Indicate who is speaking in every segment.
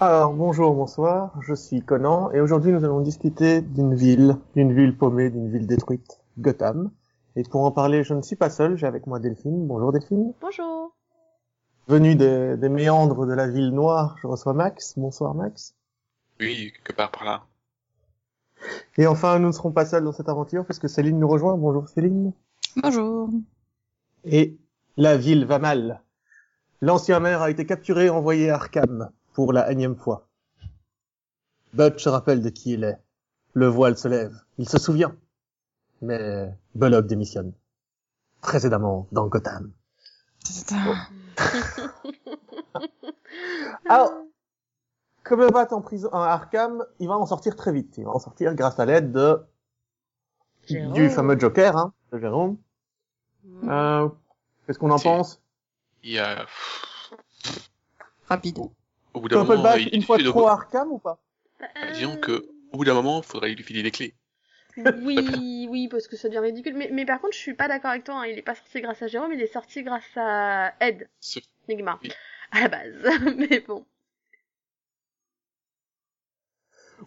Speaker 1: Alors bonjour, bonsoir, je suis Conan et aujourd'hui nous allons discuter d'une ville, d'une ville paumée, d'une ville détruite, Gotham. Et pour en parler, je ne suis pas seul, j'ai avec moi Delphine. Bonjour Delphine.
Speaker 2: Bonjour.
Speaker 1: Venu des, des méandres de la ville noire, je reçois Max. Bonsoir Max.
Speaker 3: Oui, quelque part par là.
Speaker 1: Et enfin, nous ne serons pas seuls dans cette aventure puisque Céline nous rejoint. Bonjour Céline.
Speaker 4: Bonjour.
Speaker 1: Et la ville va mal. L'ancien maire a été capturé et envoyé à Arkham pour la énième fois. Bud se rappelle de qui il est. Le voile se lève. Il se souvient. Mais Bullock démissionne. Précédemment dans Gotham. Alors,
Speaker 2: Hein.
Speaker 1: comme bat en prison à Arkham, il va en sortir très vite. Il va en sortir grâce à l'aide de
Speaker 2: Jérôme.
Speaker 1: du fameux Joker, hein, de Jérôme.
Speaker 2: Mm.
Speaker 1: Euh, Qu'est-ce qu'on en
Speaker 3: Si.
Speaker 1: pense
Speaker 3: Il y a, pff,
Speaker 4: Rapide.
Speaker 3: au bout d'un moment,
Speaker 1: Doppelbach,
Speaker 3: il
Speaker 1: une fois
Speaker 3: suffit de-
Speaker 1: trop à Arkham ou pas
Speaker 3: Bah, disons que, au bout d'un moment, il faudrait lui filer les clés.
Speaker 2: Euh, oui, oui, parce que ça devient ridicule. Mais, mais par contre, je suis pas d'accord avec toi. hein. Il est pas sorti grâce à Jérôme, il est sorti grâce à Ed,
Speaker 3: Ce-
Speaker 2: Nigma,
Speaker 3: Oui.
Speaker 2: à la base. mais bon.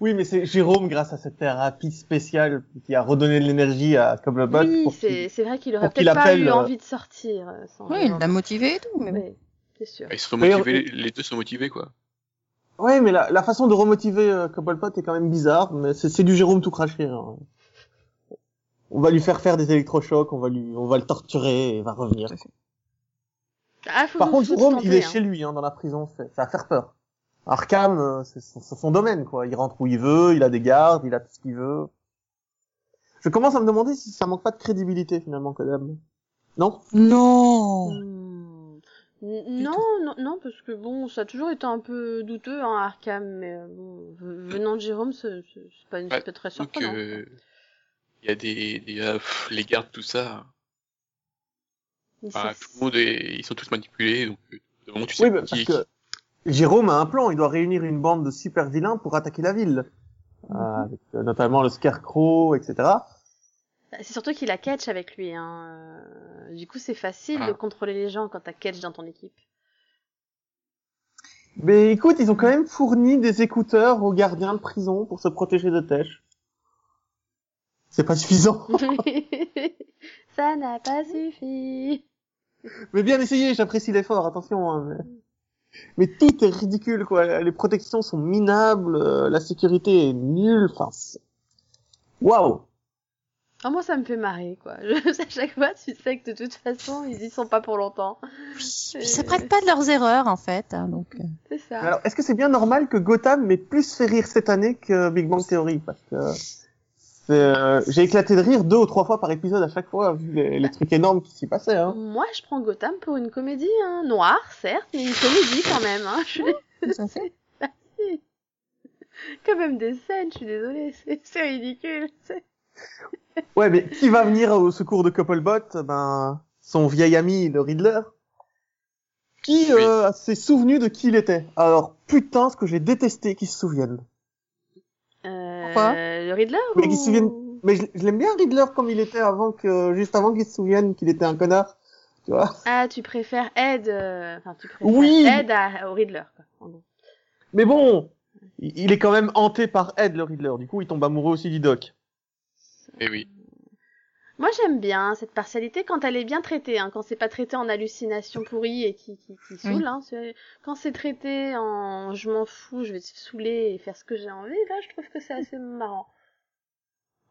Speaker 1: Oui, mais c'est Jérôme, grâce à cette thérapie spéciale, qui a redonné de l'énergie à Cobblepot.
Speaker 2: oui,
Speaker 1: pour
Speaker 2: c'est
Speaker 1: qu'il-
Speaker 2: c'est vrai qu'il aurait
Speaker 1: pour qu'il
Speaker 2: peut-être pas
Speaker 1: appelle,
Speaker 2: eu
Speaker 1: euh,
Speaker 2: envie de sortir. euh, sans
Speaker 4: Oui, il
Speaker 2: Jérôme.
Speaker 4: l'a motivé et tout, mais bon.
Speaker 2: Ouais, c'est sûr.
Speaker 3: Ils se sont
Speaker 1: D'ailleurs,
Speaker 3: motivés, les deux sont motivés, quoi.
Speaker 1: Ouais, mais la, la façon de remotiver euh, Cobblepot est quand même bizarre, mais c'est c'est du Jérôme tout craché. hein. On va lui faire faire des électrochocs, on va lui, on va le torturer, et il va revenir.
Speaker 2: Ah, faut
Speaker 1: Par
Speaker 2: vous
Speaker 1: contre,
Speaker 2: foutre
Speaker 1: Jérôme, il
Speaker 2: tenter,
Speaker 1: est
Speaker 2: hein.
Speaker 1: chez lui, hein, dans la prison, c'est- ça va faire peur. Arkham, euh, c'est son, c'est son domaine, quoi. Il rentre où il veut, il a des gardes, il a tout ce qu'il veut. Je commence à me demander si ça manque pas de crédibilité, finalement, quand même. Non?
Speaker 4: Non
Speaker 2: Hmm. N- Non, non, non, parce que bon, ça a toujours été un peu douteux, hein, Arkham, mais euh, bon, v- venant de Jérôme, c'est c'est- c'est pas,
Speaker 3: Bah,
Speaker 2: c'est pas très
Speaker 3: Donc,
Speaker 2: surprenant.
Speaker 3: euh, il y a des, des euh, pff, les gardes, tout ça.
Speaker 2: Il
Speaker 3: Bah,
Speaker 2: s'est-
Speaker 3: tout le monde est, ils sont tous manipulés, donc, euh, au bout d'un moment, tu sais
Speaker 1: Oui,
Speaker 3: pas
Speaker 1: mais
Speaker 3: qui
Speaker 1: parce
Speaker 3: est qui.
Speaker 1: que Jérôme a un plan. Il doit réunir une bande de super vilains pour attaquer la ville, Euh, avec euh, notamment le Scarecrow, etc.
Speaker 2: Bah, C'est surtout qu'il a catch avec lui. Hein. euh, Du coup, c'est facile
Speaker 3: Ah.
Speaker 2: de contrôler les gens quand t'as catch dans ton équipe.
Speaker 1: Mais écoute, ils ont quand même fourni des écouteurs aux gardiens de prison pour se protéger de Tesh. C'est pas suffisant.
Speaker 2: ça n'a pas suffi.
Speaker 1: Mais bien essayé, j'apprécie l'effort, attention. hein, mais... mais tout est ridicule, quoi. Les protections sont minables, euh, la sécurité est nulle, enfin... c'est- Waouh
Speaker 2: Ah, moi, ça me fait marrer, quoi. Je... À chaque fois, tu sais que de toute façon, ils y sont pas pour longtemps.
Speaker 4: Ils se prêtent pas de leurs erreurs, en fait. hein, donc, euh,
Speaker 2: C'est ça.
Speaker 1: Alors, est-ce que c'est bien normal que Gotham m'ait plus fait rire cette année que Big Bang Theory Parce que c'est, euh, j'ai éclaté de rire deux ou trois fois par épisode à chaque fois, vu les, les trucs énormes qui s'y passaient. Hein.
Speaker 2: Moi, je prends Gotham pour une comédie hein. noire, certes, mais une comédie quand même. Hein. Je suis
Speaker 4: tout à fait.
Speaker 2: quand même des scènes, je suis désolée, c'est- c'est ridicule. c'est-
Speaker 1: Ouais, mais qui va venir au secours de Couplebot Ben, son vieil ami, le Riddler. Qui euh, s'est souvenu de qui il était Alors, putain, ce que j'ai détesté qu'il se souvienne.
Speaker 2: Euh,
Speaker 4: Pourquoi
Speaker 2: Le Riddler
Speaker 1: Mais qu'ils
Speaker 2: ou-
Speaker 1: se souviennent- Mais je, je l'aime bien Riddler comme il était avant que, juste avant qu'il se souvienne qu'il était un connard. Tu vois
Speaker 2: Ah, tu préfères Ed, euh, enfin tu préfères
Speaker 1: Oui.
Speaker 2: Ed à, au Riddler. Quoi, en gros.
Speaker 1: Mais bon, il il est quand même hanté par Ed le Riddler. Du coup, il tombe amoureux aussi du Doc.
Speaker 3: Eh oui.
Speaker 2: Moi j'aime bien hein, cette partialité quand elle est bien traitée, hein, quand c'est pas traité en hallucination pourrie et qui, qui, qui saoule. Hein, c'est- quand c'est traité en je m'en fous, je vais te saouler et faire ce que j'ai envie, là je trouve que c'est assez marrant.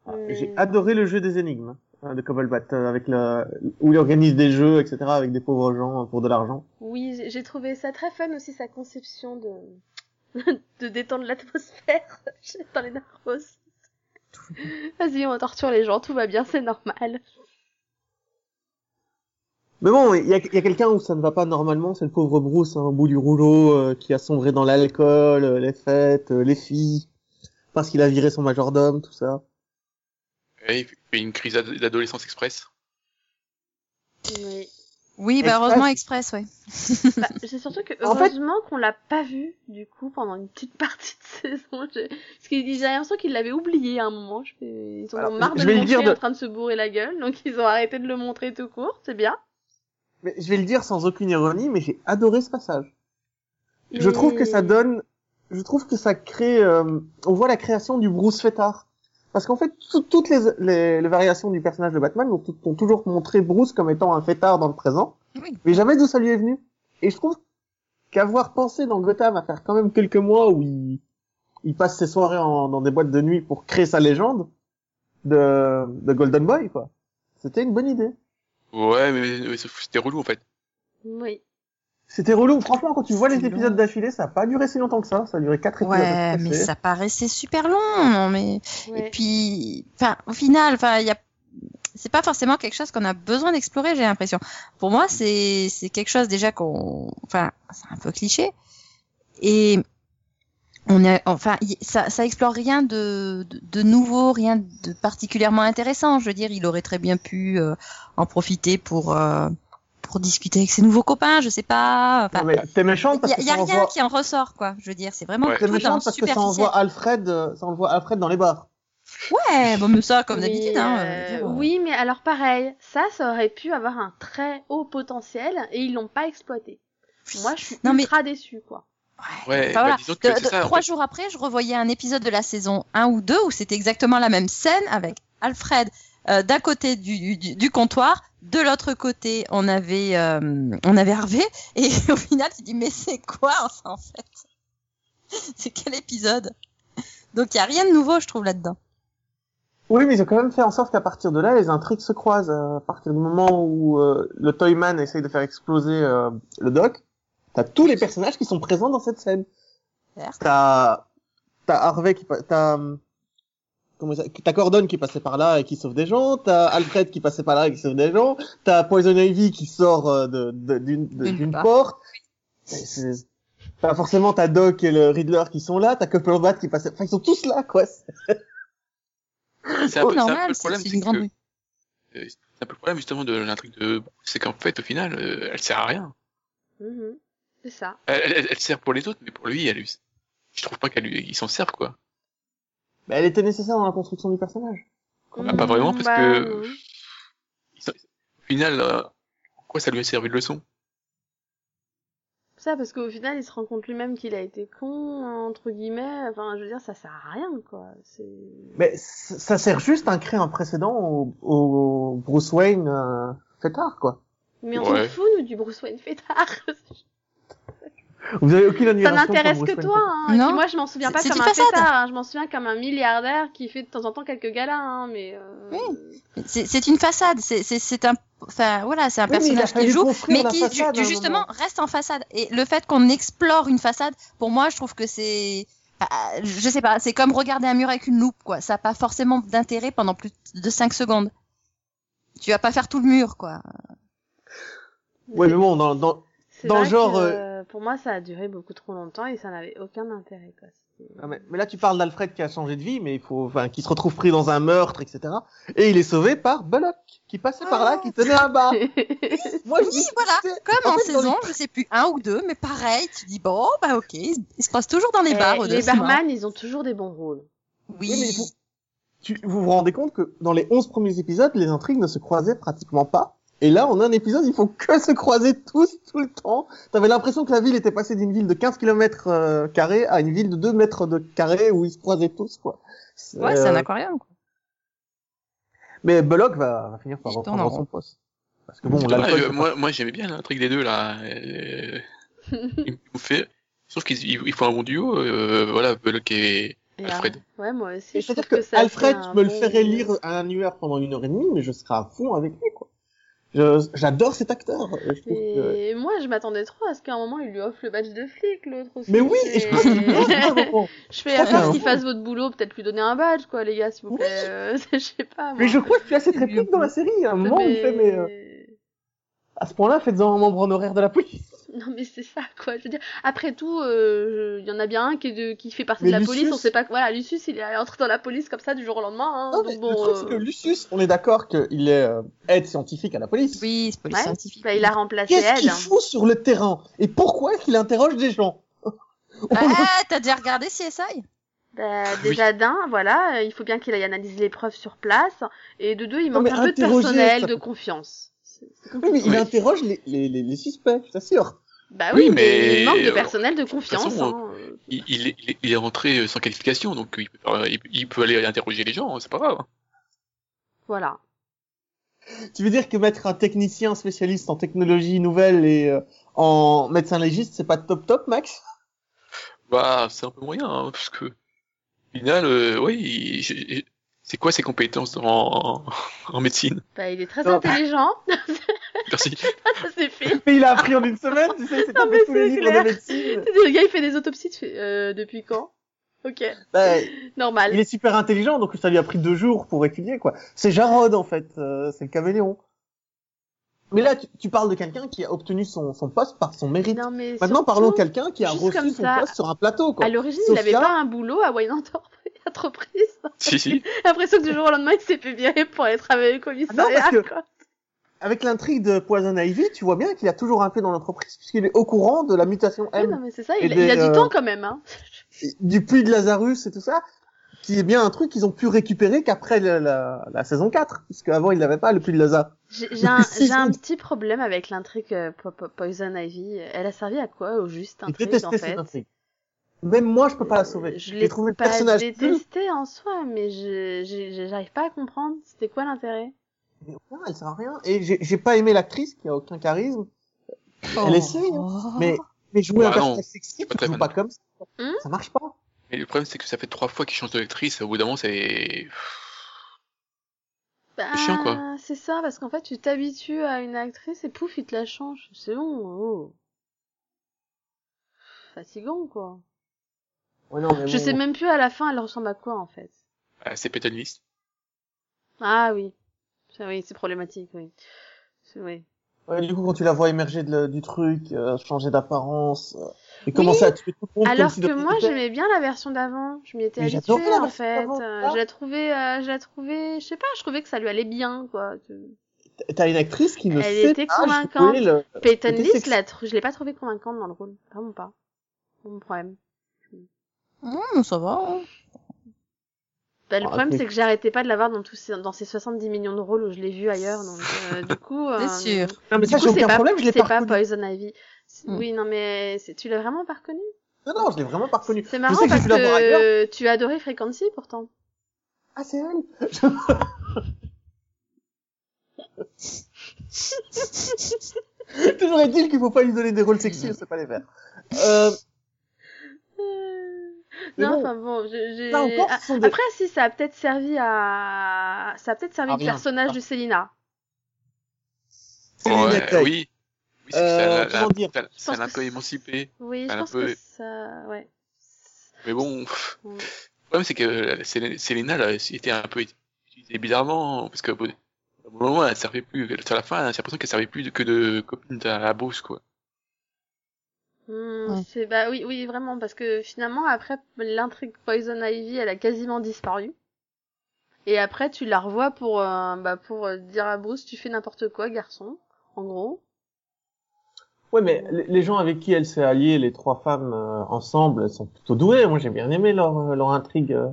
Speaker 2: Euh, Mais-
Speaker 1: Ah, J'ai adoré le jeu des énigmes hein, de Cobblebat euh, avec le où il organise des jeux, etc. avec des pauvres gens euh, pour de l'argent.
Speaker 2: Oui, j'ai- j'ai trouvé ça très fun aussi, sa conception de, de détendre l'atmosphère dans les narcos. Vas-y, on torture les gens, tout va bien, c'est normal.
Speaker 1: Mais bon, il y a, il y a quelqu'un où ça ne va pas normalement, c'est le pauvre Bruce hein, au bout du rouleau euh, qui a sombré dans l'alcool, euh, les fêtes, euh, les filles, parce qu'il a viré son majordome, tout ça.
Speaker 3: Eh, il fait une crise d'ado- d'adolescence express.
Speaker 2: Oui.
Speaker 4: Oui, bah,
Speaker 1: Express.
Speaker 4: heureusement, Express, ouais.
Speaker 2: Bah, c'est surtout que
Speaker 1: En fait-
Speaker 2: heureusement qu'on l'a pas vu, du coup, pendant une petite partie de saison. je- Parce qu'ils j'ai l'impression qu'ils l'avaient oublié à un moment. je fais- Ils en
Speaker 1: Alors,
Speaker 2: ont marre de
Speaker 1: je
Speaker 2: le
Speaker 1: vais le
Speaker 2: montrer
Speaker 1: dire de-
Speaker 2: en train de se bourrer la gueule, donc ils ont arrêté de le montrer tout court, c'est bien.
Speaker 1: Mais je vais le dire sans aucune ironie, mais j'ai adoré ce passage. Je trouve que ça
Speaker 2: Mais-
Speaker 1: donne je trouve que ça crée, euh, on voit la création du Bruce Fettard. Parce qu'en fait, tout- toutes les, les, les variations du personnage de Batman ont, tout- ont toujours montré Bruce comme étant un fêtard dans le présent,
Speaker 4: Oui.
Speaker 1: mais jamais d'où ça lui est venu. Et je trouve qu'avoir pensé dans Gotham à faire quand même quelques mois où il, il passe ses soirées en- dans des boîtes de nuit pour créer sa légende de, de Golden Boy, quoi. C'était une bonne idée.
Speaker 3: Ouais, mais, mais c'était relou en fait.
Speaker 2: Oui.
Speaker 1: C'était relou. Franchement, quand tu vois les
Speaker 4: C'est
Speaker 1: épisodes
Speaker 4: long.
Speaker 1: d'affilée, ça a pas duré si longtemps que ça. Ça a duré quatre épisodes.
Speaker 4: Ouais,
Speaker 1: tout à
Speaker 4: mais
Speaker 1: fait.
Speaker 4: ça paraissait super long. Non, mais
Speaker 2: Ouais.
Speaker 4: Et puis, enfin, au final, enfin, il y a, c'est pas forcément quelque chose qu'on a besoin d'explorer, j'ai l'impression. Pour moi, c'est, c'est quelque chose déjà qu'on, enfin, c'est un peu cliché. Et on est, enfin, y- ça, ça explore rien de, de, de nouveau, rien de particulièrement intéressant. Je veux dire, il aurait très bien pu euh, en profiter pour, euh, pour discuter avec ses nouveaux copains, je sais pas.
Speaker 1: Non,
Speaker 4: Enfin,
Speaker 1: mais t'es méchante
Speaker 4: il
Speaker 1: parce
Speaker 4: y a,
Speaker 1: que
Speaker 4: y a
Speaker 1: ça
Speaker 4: rien
Speaker 1: envoie...
Speaker 4: qui en ressort, quoi. Je veux dire, c'est vraiment
Speaker 3: Ouais.
Speaker 1: T'es
Speaker 4: tout dans le
Speaker 1: méchante parce que ça
Speaker 4: superficiel.
Speaker 1: envoie Alfred, euh, ça envoie Alfred dans les bars.
Speaker 4: Ouais, bon, mais ça, comme
Speaker 2: Mais,
Speaker 4: d'habitude,
Speaker 2: euh,
Speaker 4: hein. je veux dire, euh,
Speaker 2: Oui, mais alors pareil, ça, ça aurait pu avoir un très haut potentiel et ils l'ont pas exploité. Moi, je suis
Speaker 4: Non, mais-
Speaker 2: ultra déçue, quoi.
Speaker 3: Ouais,
Speaker 4: Enfin,
Speaker 3: bah,
Speaker 4: voilà.
Speaker 3: disons que
Speaker 4: De-
Speaker 3: c'est
Speaker 4: de-
Speaker 3: ça. en
Speaker 4: trois
Speaker 3: fait.
Speaker 4: jours après, je revoyais un épisode de la saison 1 ou 2 où c'était exactement la même scène avec Alfred euh, d'un côté du, du, du comptoir, de l'autre côté on avait euh, on avait Harvey et au final tu dis mais c'est quoi ça, en fait C'est quel épisode Donc il y a rien de nouveau je trouve là-dedans.
Speaker 1: Oui, mais ils ont quand même fait en sorte qu'à partir de là, les intrigues se croisent. euh, À partir du moment où euh, le Toyman essaye de faire exploser euh, le Doc, t'as tous les personnages qui sont présents dans cette scène.
Speaker 4: Certes.
Speaker 1: T'as t'as Harvey qui pa- t'as hum, comment ça- t'as Gordon qui passait par là et qui sauve des gens. T'as Alfred qui passait par là et qui sauve des gens. T'as Poison Ivy qui sort euh, de- de- d'une de-
Speaker 4: D'une
Speaker 1: d'une
Speaker 4: porte.
Speaker 1: porte. C'est- c'est- T'as forcément t'as Doc et le Riddler qui sont là. T'as Cobblepot qui passait. Enfin, ils sont tous là, quoi.
Speaker 3: C'est un, peu- c'est un peu
Speaker 4: normal,
Speaker 3: le
Speaker 4: c'est-
Speaker 3: problème,
Speaker 4: c'est
Speaker 3: c'est
Speaker 4: une grande
Speaker 3: que-
Speaker 4: rue.
Speaker 3: c'est un peu le problème justement de l'intrigue de Bruce, c'est qu'en fait au final, euh, elle sert à rien.
Speaker 2: Mhm. C'est ça.
Speaker 3: Elle, elle- elle sert pour les autres, mais pour lui, elle, je trouve pas qu'elle lui- il s'en serve quoi.
Speaker 1: Mais Bah, elle était nécessaire dans la construction du personnage.
Speaker 3: Ah, pas vraiment,
Speaker 2: Mhm,
Speaker 3: parce
Speaker 2: bah,
Speaker 3: que-
Speaker 2: oui.
Speaker 3: Au final, euh, pourquoi ça lui a servi de leçon
Speaker 2: Ça, parce qu'au final, il se rend compte lui-même qu'il a été con, entre guillemets. Enfin, je veux dire, ça sert à rien, quoi. C'est...
Speaker 1: Mais c- ça sert juste à créer un précédent au, au Bruce Wayne euh, fêtard, quoi.
Speaker 2: Mais on
Speaker 3: Ouais.
Speaker 2: s'en fout, nous, du Bruce Wayne fêtard.
Speaker 1: Vous avez aucune
Speaker 2: ça
Speaker 1: admiration pour
Speaker 2: n'intéresse
Speaker 1: Bruce
Speaker 2: que
Speaker 1: Wayne
Speaker 2: toi. Hein. Et
Speaker 4: Non.
Speaker 2: puis moi, je m'en souviens pas
Speaker 4: C'est
Speaker 2: comme
Speaker 4: une
Speaker 2: un
Speaker 4: façade.
Speaker 2: fêtard. hein. Je m'en souviens comme un milliardaire qui fait de temps en temps quelques galas. Hein, mais euh,
Speaker 4: Oui. C'est c'est une façade, c'est- c'est c'est un enfin voilà, c'est un
Speaker 1: Oui, mais il a
Speaker 4: personnage qui
Speaker 1: fallu
Speaker 4: joue
Speaker 1: construire
Speaker 4: mais
Speaker 1: la
Speaker 4: qui ju-
Speaker 1: façade à un
Speaker 4: justement
Speaker 1: moment.
Speaker 4: reste en façade. Et le fait qu'on explore une façade, pour moi, je trouve que c'est, ah, je sais pas, c'est comme regarder un mur avec une loupe, quoi. Ça n'a pas forcément d'intérêt pendant plus de 5 secondes. Tu vas pas faire tout le mur, quoi.
Speaker 1: Ouais, mais bon, dans, dans...
Speaker 2: c'est
Speaker 1: dans le
Speaker 2: vrai
Speaker 1: genre,
Speaker 2: que, euh, pour moi, ça a duré beaucoup trop longtemps et ça n'avait aucun intérêt. Quoi. C'était-
Speaker 1: Ah, mais, mais là tu parles d'Alfred qui a changé de vie, mais il faut, enfin, qui se retrouve pris dans un meurtre, etc. Et il est sauvé par Belloc, qui passait par là, qui tenait un
Speaker 4: Ah.
Speaker 1: bar. Moi, je
Speaker 4: Oui,
Speaker 1: dis,
Speaker 4: voilà.
Speaker 1: c'est-
Speaker 4: Comme
Speaker 1: en
Speaker 4: en,
Speaker 1: fait, dans
Speaker 4: saison, je sais plus, un ou deux, mais pareil, tu dis bon, bah ok, il se passe toujours dans les
Speaker 2: Eh,
Speaker 4: bars. au
Speaker 2: les
Speaker 4: dessous, hein.
Speaker 2: barman, ils ont toujours des bons rôles.
Speaker 4: Oui.
Speaker 1: Oui, mais vous, tu- vous vous rendez compte que dans les 11 premiers épisodes, les intrigues ne se croisaient pratiquement pas. Et là, en un épisode, ils font que se croiser tous, tout le temps. T'avais l'impression que la ville était passée d'une ville de 15 km carrés à une ville de 2 mètres de carrés où ils se croisaient tous, quoi. C'est,
Speaker 4: Ouais, c'est un
Speaker 1: euh,
Speaker 4: aquarium. Quoi.
Speaker 1: Mais Belloc va, va finir par
Speaker 4: Il tourne
Speaker 1: reprendre
Speaker 4: en
Speaker 1: son
Speaker 4: rond.
Speaker 1: poste. Parce que bon,
Speaker 3: Ouais,
Speaker 1: l'alcool,
Speaker 3: euh,
Speaker 1: c'est
Speaker 3: moi, moi j'aimais bien l'intrigue des deux là. Euh, ils m'ont fait... Sauf qu'ils ils- ils font un bon duo, euh, voilà, Bullock et
Speaker 2: Et,
Speaker 3: Alfred.
Speaker 2: euh, ouais, moi aussi.
Speaker 1: Mais
Speaker 2: je trouve
Speaker 1: C'est-à-dire que,
Speaker 2: ça
Speaker 1: Alfred
Speaker 2: fait un
Speaker 1: me le
Speaker 2: bon-
Speaker 1: ferait lire à un heure pendant une heure et demie, mais je serais à fond avec lui, quoi. Je- J'adore cet acteur. Je trouve que-
Speaker 2: Et moi, je m'attendais trop à ce qu'à un moment, il lui offre le badge de flic, l'autre aussi.
Speaker 1: Mais oui, et je pense que c'est
Speaker 2: je,
Speaker 1: vraiment bon.
Speaker 2: fais
Speaker 1: Je
Speaker 2: à
Speaker 1: crois
Speaker 2: part
Speaker 1: que-
Speaker 2: qu'il fasse votre boulot, peut-être lui donner un badge, quoi, les gars, s'il vous
Speaker 1: Oui.
Speaker 2: plaît. Euh, je sais pas.
Speaker 1: Mais
Speaker 2: moi.
Speaker 1: je crois qu'il y a cette réplique dans la série. À un moment, il fait, mais euh, à ce point-là, faites-en un membre honoraire de la police.
Speaker 2: Non, mais c'est ça, quoi. Je veux dire, après tout, euh, je- il y en a bien un qui, est de... qui fait partie
Speaker 1: Mais
Speaker 2: de la
Speaker 1: Lucius-
Speaker 2: police. On sait pas. Voilà, Lucius, il est entré dans la police comme ça du jour au lendemain. Hein,
Speaker 1: Non,
Speaker 2: donc
Speaker 1: mais
Speaker 2: bon,
Speaker 1: le truc, c'est que
Speaker 2: euh,
Speaker 1: Lucius, on est d'accord qu'il est euh, aide scientifique à la police.
Speaker 4: Oui, c'est police
Speaker 2: ouais,
Speaker 4: scientifique.
Speaker 2: bah, il a remplacé
Speaker 1: Qu'est-ce
Speaker 2: Ed.
Speaker 1: qu'il fout sur le terrain Et pourquoi est-ce qu'il interroge des gens
Speaker 4: Ah, ah, t'as déjà regardé CSI
Speaker 1: Ah
Speaker 2: Bah,
Speaker 3: Oui.
Speaker 2: déjà d'un, voilà, euh, il faut bien qu'il aille analyser les preuves sur place. Et de deux, il
Speaker 1: Non, mais
Speaker 2: manque un peu de
Speaker 1: interroger,
Speaker 2: personnel,
Speaker 1: ça
Speaker 2: de
Speaker 1: peut-
Speaker 2: confiance. C'est- c'est
Speaker 1: Oui, mais il
Speaker 3: Oui.
Speaker 1: interroge les, les, les, les suspects, je t'assure.
Speaker 2: Bah oui,
Speaker 3: Oui,
Speaker 2: mais
Speaker 3: mais-
Speaker 2: il manque de personnel de confiance.
Speaker 3: façon,
Speaker 2: hein.
Speaker 3: Il, il est- il est- il est rentré sans qualification, donc il peut, faire- il- il peut aller interroger les gens, hein, c'est pas grave.
Speaker 2: Voilà.
Speaker 1: Tu veux dire que mettre un technicien spécialiste en technologie nouvelle et euh, en médecin légiste, c'est pas top top, Max
Speaker 3: Bah, c'est un peu moyen, hein, parce que, au final, euh, oui, il- j'ai- j'ai- c'est quoi ses compétences en, en médecine
Speaker 2: Bah, il est très
Speaker 1: Non.
Speaker 2: intelligent.
Speaker 3: Merci.
Speaker 2: ça s'est fait.
Speaker 1: Mais il a appris en une semaine, tu sais, il s'est tapé
Speaker 2: mais
Speaker 1: tous les
Speaker 2: c'est
Speaker 1: livres
Speaker 2: clair.
Speaker 1: de médecine.
Speaker 2: Le gars, il fait des autopsies tu fais, euh, depuis quand Ok,
Speaker 1: Bah,
Speaker 2: normal.
Speaker 1: il est super intelligent, donc ça lui a pris deux jours pour étudier, quoi. C'est Jarod, en fait, euh, c'est le caméléon. Mais là, tu, tu parles de quelqu'un qui a obtenu son, son poste par son mérite.
Speaker 2: Non, mais
Speaker 1: Maintenant,
Speaker 2: surtout,
Speaker 1: parlons de quelqu'un qui a
Speaker 2: juste
Speaker 1: reçu
Speaker 2: comme
Speaker 1: son
Speaker 2: ça,
Speaker 1: poste sur un plateau, quoi.
Speaker 2: À l'origine, il
Speaker 1: Sophia-
Speaker 2: n'avait pas un boulot à Wyandantre entreprise.
Speaker 3: si, si.
Speaker 2: L'impression que du jour au lendemain, il s'est fait virer pour aller travailler au commissariat.
Speaker 1: Ah non, parce que-
Speaker 2: quoi.
Speaker 1: Avec l'intrigue de Poison Ivy, tu vois bien qu'il a toujours un pied dans l'entreprise, puisqu'il est au courant de la mutation
Speaker 2: Oui,
Speaker 1: M.
Speaker 2: non, mais c'est ça,
Speaker 1: et
Speaker 2: il, il a
Speaker 1: des,
Speaker 2: du
Speaker 1: euh,
Speaker 2: temps quand même. Hein.
Speaker 1: du puits de Lazarus et tout ça, qui est bien un truc qu'ils ont pu récupérer qu'après la, la, la saison 4, puisque avant ils l'avaient pas le puits de Lazare.
Speaker 2: J'ai j'ai un,
Speaker 1: Si,
Speaker 2: j'ai un
Speaker 1: si.
Speaker 2: petit problème avec l'intrigue euh, Po- Po- Poison Ivy. Elle a servi à quoi au juste
Speaker 1: Ils
Speaker 2: intrigue en
Speaker 1: détestaient
Speaker 2: fait Euh,
Speaker 1: cette intrigue. Même moi je peux pas la sauver.
Speaker 2: Je
Speaker 1: J'ai
Speaker 2: l'ai
Speaker 1: trouvé le
Speaker 2: pas
Speaker 1: personnage nul.
Speaker 2: détesté en soi, mais je- j'ai- j'arrive pas à comprendre. C'était quoi l'intérêt
Speaker 1: Mais ouais, elle sert à rien. Et j'ai j'ai pas aimé l'actrice qui a aucun charisme.
Speaker 4: Oh.
Speaker 1: Elle essaye, hein.
Speaker 2: Oh.
Speaker 1: mais mais jouer
Speaker 3: Bah
Speaker 1: un
Speaker 3: non,
Speaker 1: personnage sexy,
Speaker 3: pas
Speaker 1: tu
Speaker 3: très
Speaker 1: joues
Speaker 3: fan.
Speaker 1: pas comme ça.
Speaker 2: Hum
Speaker 1: ça marche pas.
Speaker 3: Mais le problème, c'est que ça fait trois fois qu'il change de lectrice, au bout d'un moment, c'est...
Speaker 2: Bah,
Speaker 3: chiant, quoi.
Speaker 2: C'est ça, parce qu'en fait, tu t'habitues à une actrice et pouf, il te la change. C'est bon. oh. Fatigant, quoi.
Speaker 1: Ouais, non, mais
Speaker 2: Je
Speaker 1: bon.
Speaker 2: sais même plus à la fin, elle ressemble à quoi, en fait.
Speaker 3: Ah, c'est pétaniste.
Speaker 2: Ah oui. Ça, Oui, c'est problématique, oui. C'est- Oui.
Speaker 1: Ouais, du coup quand tu la vois émerger de la- du truc, euh, changer d'apparence euh, et commencer à tuer tout le monde comme
Speaker 2: Alors
Speaker 1: si
Speaker 2: que
Speaker 1: de-
Speaker 2: moi, j'aimais bien la version d'avant. Je m'y étais
Speaker 1: Mais
Speaker 2: habituée,
Speaker 1: j'adorais la
Speaker 2: en
Speaker 1: version
Speaker 2: fait.
Speaker 1: d'avant,
Speaker 2: Euh,
Speaker 1: ça.
Speaker 2: je la trouvais, euh, je la trouvais, je sais pas, je trouvais que ça lui allait bien, quoi.
Speaker 1: T'as une actrice qui ne
Speaker 2: Elle
Speaker 1: sait
Speaker 2: était
Speaker 1: pas jouer
Speaker 2: convaincante.
Speaker 1: le-
Speaker 2: Peyton
Speaker 1: était
Speaker 2: List,
Speaker 1: sexy.
Speaker 2: la trou- je l'ai pas trouvée convaincante dans le rôle. Vraiment pas. C'est Mon problème.
Speaker 4: Hum, ça va. hein.
Speaker 2: Bah, le
Speaker 1: Ah,
Speaker 2: problème,
Speaker 1: mais-
Speaker 2: c'est que j'arrêtais pas de la voir dans tous ces, dans ces 70 millions de rôles où je l'ai vu ailleurs, donc, euh, du coup, euh,
Speaker 4: C'est sûr.
Speaker 1: Non, mais
Speaker 2: du
Speaker 1: ça,
Speaker 2: coup,
Speaker 1: j'ai
Speaker 2: c'est
Speaker 1: aucun
Speaker 2: pas-
Speaker 1: problème, je l'ai
Speaker 2: c'est
Speaker 1: pas
Speaker 2: pas
Speaker 1: reconnu.
Speaker 2: Poison Ivy. C'est-
Speaker 4: Hmm.
Speaker 2: Oui, non, mais c'est- tu l'as vraiment pas reconnu
Speaker 1: Non, non, je l'ai vraiment pas reconnu.
Speaker 2: C'est
Speaker 1: Je
Speaker 2: marrant
Speaker 1: sais que j'ai
Speaker 2: parce
Speaker 1: dû la voir ailleurs.
Speaker 2: que tu as adoré Frequency pourtant.
Speaker 1: Ah, c'est elle Je- Toujours est-il qu'il faut pas lui donner des rôles sexy, elle sait pas les faire. Euh,
Speaker 2: Euh,
Speaker 1: Mais
Speaker 2: Non,
Speaker 1: bon.
Speaker 2: enfin bon, je- j'ai.
Speaker 1: là encore,
Speaker 2: Ah,
Speaker 1: ce sont des...
Speaker 2: Après, si ça a peut-être servi à, ça a peut-être
Speaker 3: Ah,
Speaker 2: servi
Speaker 1: À
Speaker 2: le
Speaker 1: rien.
Speaker 2: personnage de Selina.
Speaker 1: c'est des
Speaker 3: Ouais,
Speaker 1: lignataires.
Speaker 3: oui. Oui, c'est que
Speaker 1: Euh,
Speaker 3: ça l'a-
Speaker 1: comment dire
Speaker 3: ça l'a- ça
Speaker 2: pense
Speaker 3: l'a un
Speaker 2: que
Speaker 3: peu
Speaker 2: c'est-
Speaker 3: émancipé.
Speaker 2: Oui, je
Speaker 3: Elle a
Speaker 2: pense
Speaker 3: peu-
Speaker 2: que ça, ouais.
Speaker 3: Mais bon,
Speaker 2: Mm.
Speaker 3: le problème c'est que euh, Sel- Selena là, était un peu utilisée bizarrement parce que au bout au bout d'un moment elle servait plus. Sur la fin, j'ai l'impression qu'elle servait plus de- que de copine à la bourse quoi.
Speaker 2: Hmm,
Speaker 4: Ouais.
Speaker 2: C'est bah oui, oui, vraiment, parce que finalement après l'intrigue Poison Ivy, elle a quasiment disparu. Et après, tu la revois pour euh, bah pour euh, dire à Bruce, tu fais n'importe quoi, garçon, en gros.
Speaker 1: Ouais, mais les- les gens avec qui elle s'est alliée, les trois femmes euh, ensemble, elles sont plutôt douées. Moi, j'ai bien aimé leur, euh, leur intrigue. euh.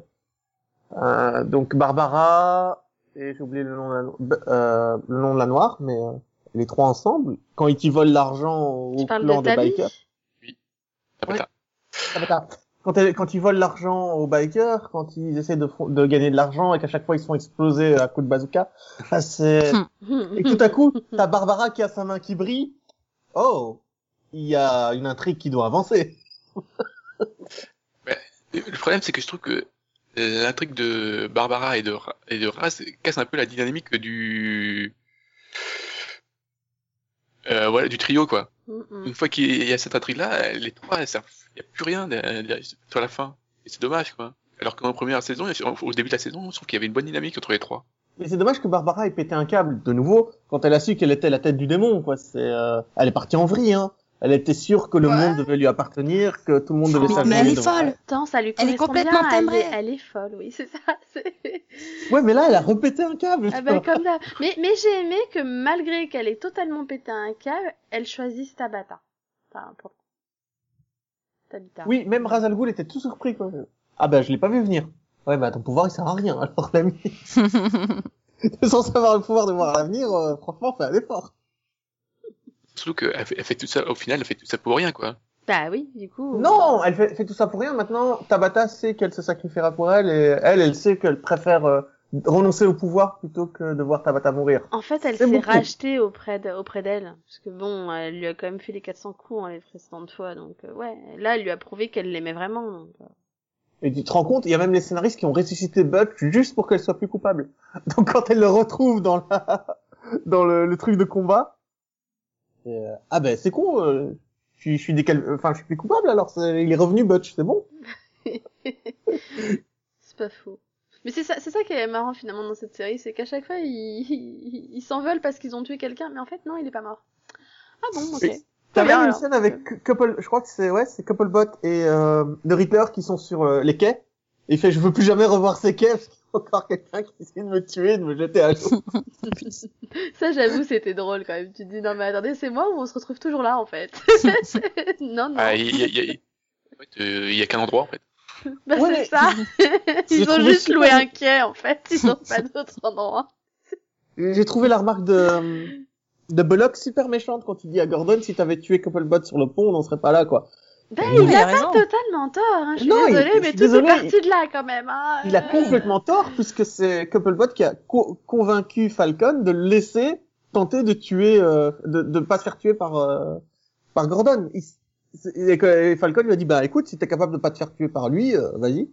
Speaker 1: Euh, donc, Barbara, et j'ai oublié le nom, de la, no- B- euh, le nom de la noire, mais euh, les trois ensemble, quand ils t'y volent l'argent au
Speaker 2: Tu parles
Speaker 1: clan
Speaker 2: de
Speaker 1: des
Speaker 2: Tali.
Speaker 1: bikers.
Speaker 3: Après,
Speaker 1: Ouais.
Speaker 3: t'as-
Speaker 1: Tabata. Quand, elle- quand ils volent l'argent aux bikers, quand ils essaient de, fon- de gagner de l'argent et qu'à chaque fois ils se font exploser à coups de bazooka, bah, c'est...
Speaker 4: Hmm.
Speaker 2: Mmh,
Speaker 1: et tout à coup, t'as Barbara qui a sa main qui brille. Oh, il y a une intrigue qui doit avancer.
Speaker 3: Le problème c'est que je trouve que euh, l'intrigue de Barbara et de Ra- et de Raz casse un peu la dynamique du euh, voilà du trio quoi.
Speaker 2: Hmm, hmm.
Speaker 3: Une fois qu'il y a cette intrigue là, les trois, elles servent- il n'y a plus rien euh, derrière- derrière- sur la fin. Et c'est dommage, quoi. Alors qu'en première saison, au début de la saison, je trouve qu'il y avait une bonne dynamique entre les trois.
Speaker 1: Mais c'est dommage que Barbara ait pété un câble de nouveau quand elle a su qu'elle était la tête du démon, quoi. C'est, euh, elle est partie en vrille, hein. Elle était sûre que le
Speaker 4: Ouais.
Speaker 1: monde devait lui appartenir, que tout le monde devait
Speaker 4: Mais-
Speaker 1: s'allier.
Speaker 4: mais elle est
Speaker 1: dans-
Speaker 4: folle.
Speaker 2: Attends, ça lui
Speaker 4: Elle est
Speaker 2: correspond
Speaker 4: complètement
Speaker 2: bien,
Speaker 4: timbrée.
Speaker 2: Elle est, elle est folle, oui, c'est ça. c'est-
Speaker 1: Ouais, mais là, elle a repété un câble.
Speaker 2: Ah
Speaker 1: tu
Speaker 2: bah,
Speaker 4: ben,
Speaker 1: vois.
Speaker 2: comme d'hab. Mais, mais j'ai aimé que malgré qu'elle ait totalement pété un câble, elle choisisse Tabata. Enfin, pour... Tabitha.
Speaker 1: Oui, même Razal Ghoul était tout surpris quoi. Ah bah je l'ai pas vu venir. Ouais mais ton pouvoir il sert à rien alors l'ami. Sans savoir le pouvoir de voir l'avenir, euh, franchement fais un effort.
Speaker 3: Surtout qu'elle fait, elle fait tout ça, au final, elle fait tout ça pour rien, quoi.
Speaker 2: Bah oui, du coup.
Speaker 1: Non, elle fait, fait tout ça pour rien. Maintenant, Tabata sait qu'elle se sacrifiera pour elle et elle, elle sait qu'elle préfère euh, renoncer au pouvoir plutôt que de voir Tabata mourir.
Speaker 2: En fait, elle
Speaker 1: C'est
Speaker 2: s'est
Speaker 1: beaucoup.
Speaker 2: rachetée auprès de- auprès d'elle. Parce que bon, elle lui a quand même fait les 400 coups hein, les précédentes fois. Donc, euh, ouais. Là, elle lui a prouvé qu'elle l'aimait vraiment. donc, euh.
Speaker 1: Et tu te rends compte, il y a même les scénaristes qui ont ressuscité Butch juste pour qu'elle soit plus coupable. Donc quand elle le retrouve dans la, dans le, le truc de combat, et, euh, ah ben c'est con, euh, je suis- je suis décal... enfin je suis plus coupable alors c'est- il est revenu Butch, c'est bon.
Speaker 2: C'est pas faux. Mais c'est ça, c'est ça qui est marrant finalement dans cette série, c'est qu'à chaque fois ils, ils- ils s'en veulent parce qu'ils ont tué quelqu'un, mais en fait non, il est pas mort. Ah bon, ok.
Speaker 1: Oui.
Speaker 2: Très
Speaker 1: T'as
Speaker 2: bien,
Speaker 1: même une
Speaker 2: alors.
Speaker 1: scène avec Couple, je crois que c'est ouais c'est Couplebot et euh, le Reaper qui sont sur euh, les quais. Et il fait je veux plus jamais revoir ces quais parce qu'il y a encore quelqu'un qui essaie de me tuer, de me jeter à l'eau.
Speaker 2: Ça, j'avoue, c'était drôle quand même. Tu te dis non mais attendez, c'est moi ou on se retrouve toujours là en fait Non non.
Speaker 3: Ah, il y a, il y a- en fait, euh, il y a qu'un endroit, en fait.
Speaker 2: Bah
Speaker 1: Ouais,
Speaker 2: c'est
Speaker 1: mais-
Speaker 2: ça.
Speaker 1: J'ai
Speaker 2: ils ont
Speaker 1: trouvé
Speaker 2: juste
Speaker 1: super
Speaker 2: loué
Speaker 1: drôle.
Speaker 2: un quai en fait. Ils ont pas d'autre endroit.
Speaker 1: J'ai trouvé la remarque de, euh, de Bullock super méchante quand il dit à Gordon si t'avais tué Couplebot sur le pont, on n'en serait pas là, quoi.
Speaker 2: Ben,
Speaker 1: Non,
Speaker 2: il
Speaker 4: il
Speaker 2: a
Speaker 4: a
Speaker 2: pas
Speaker 4: raison.
Speaker 2: totalement tort. Hein. Je suis
Speaker 1: Oh. Non, il-
Speaker 2: désolée,
Speaker 1: je
Speaker 2: mais
Speaker 1: suis
Speaker 2: tout
Speaker 1: désolée,
Speaker 2: est parti de là quand même. hein.
Speaker 1: Il a
Speaker 2: Euh,
Speaker 1: complètement tort puisque c'est Couplebot qui a co- convaincu Falcon de le laisser tenter de tuer, euh, de, de pas se faire tuer par, euh, par Gordon. Il- c'est- et que- et Falcon lui a dit, bah, écoute, si t'es capable de pas te faire tuer par lui, euh, vas-y.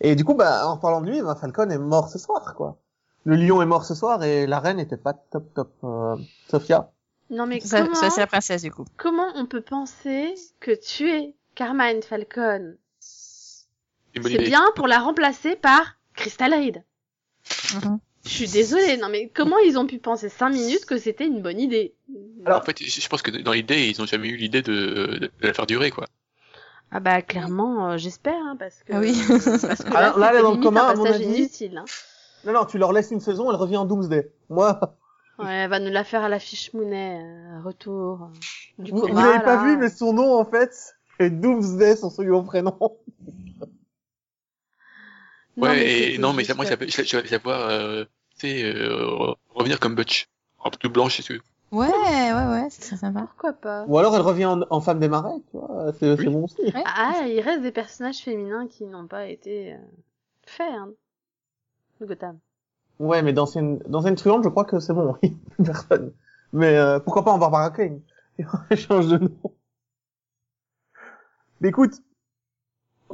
Speaker 1: Et du coup, bah, en parlant de lui, bah, Falcon est mort ce soir, quoi. Le lion est mort ce soir et la reine était pas top top, euh, Sophia.
Speaker 2: Non mais
Speaker 4: Ça,
Speaker 2: comment
Speaker 4: ça, c'est la princesse, du coup.
Speaker 2: comment on peut penser que tuer Carmine Falcon,
Speaker 3: Une bonne
Speaker 2: c'est
Speaker 3: idée.
Speaker 2: bien pour la remplacer par Crystal Reed
Speaker 4: Mhm.
Speaker 2: Je suis désolée, non mais comment ils ont pu penser 5 minutes que c'était une bonne idée
Speaker 1: Alors-
Speaker 3: En fait, je je pense que dans l'idée, ils ont jamais eu l'idée de, de la faire durer, quoi.
Speaker 2: Ah bah clairement, euh, j'espère, hein, parce que...
Speaker 4: Ah oui.
Speaker 2: parce que là,
Speaker 1: Alors là, elle est
Speaker 2: c'était
Speaker 1: dans le
Speaker 2: limite
Speaker 1: coma,
Speaker 2: un
Speaker 1: à mon
Speaker 2: passage
Speaker 1: avis.
Speaker 2: inutile. hein.
Speaker 1: Non, non, tu leur laisses une saison, elle revient en Doomsday. Moi,
Speaker 2: Ouais, elle va nous la faire à la fiche Mounet, euh, retour euh, du
Speaker 1: Vous, vous
Speaker 2: coma,
Speaker 1: l'avez pas
Speaker 2: là.
Speaker 1: vu, mais son nom, en fait, c'est Doomsday, son second prénom.
Speaker 2: Non,
Speaker 3: ouais,
Speaker 2: mais
Speaker 3: et
Speaker 2: c'était
Speaker 3: non, mais
Speaker 2: juste-
Speaker 3: ça- moi, j'avais- je vais savoir, euh, tu sais, euh, re- revenir comme Butch. En tout blanche et tout.
Speaker 4: Ouais, ouais, ouais, c'est très sympa.
Speaker 2: Pourquoi pas
Speaker 1: Ou alors elle revient en, en femme des marais, tu vois, c'est c'est
Speaker 3: Oui.
Speaker 1: bon aussi.
Speaker 4: Ouais.
Speaker 2: Ah, il reste des personnages féminins qui n'ont pas été euh, faits, hein. Gotham.
Speaker 1: Ouais, mais dans une, dans une truande, je crois que c'est bon, oui, personne. Mais euh, pourquoi pas en Barbara Kane Elle change de nom. Mais écoute,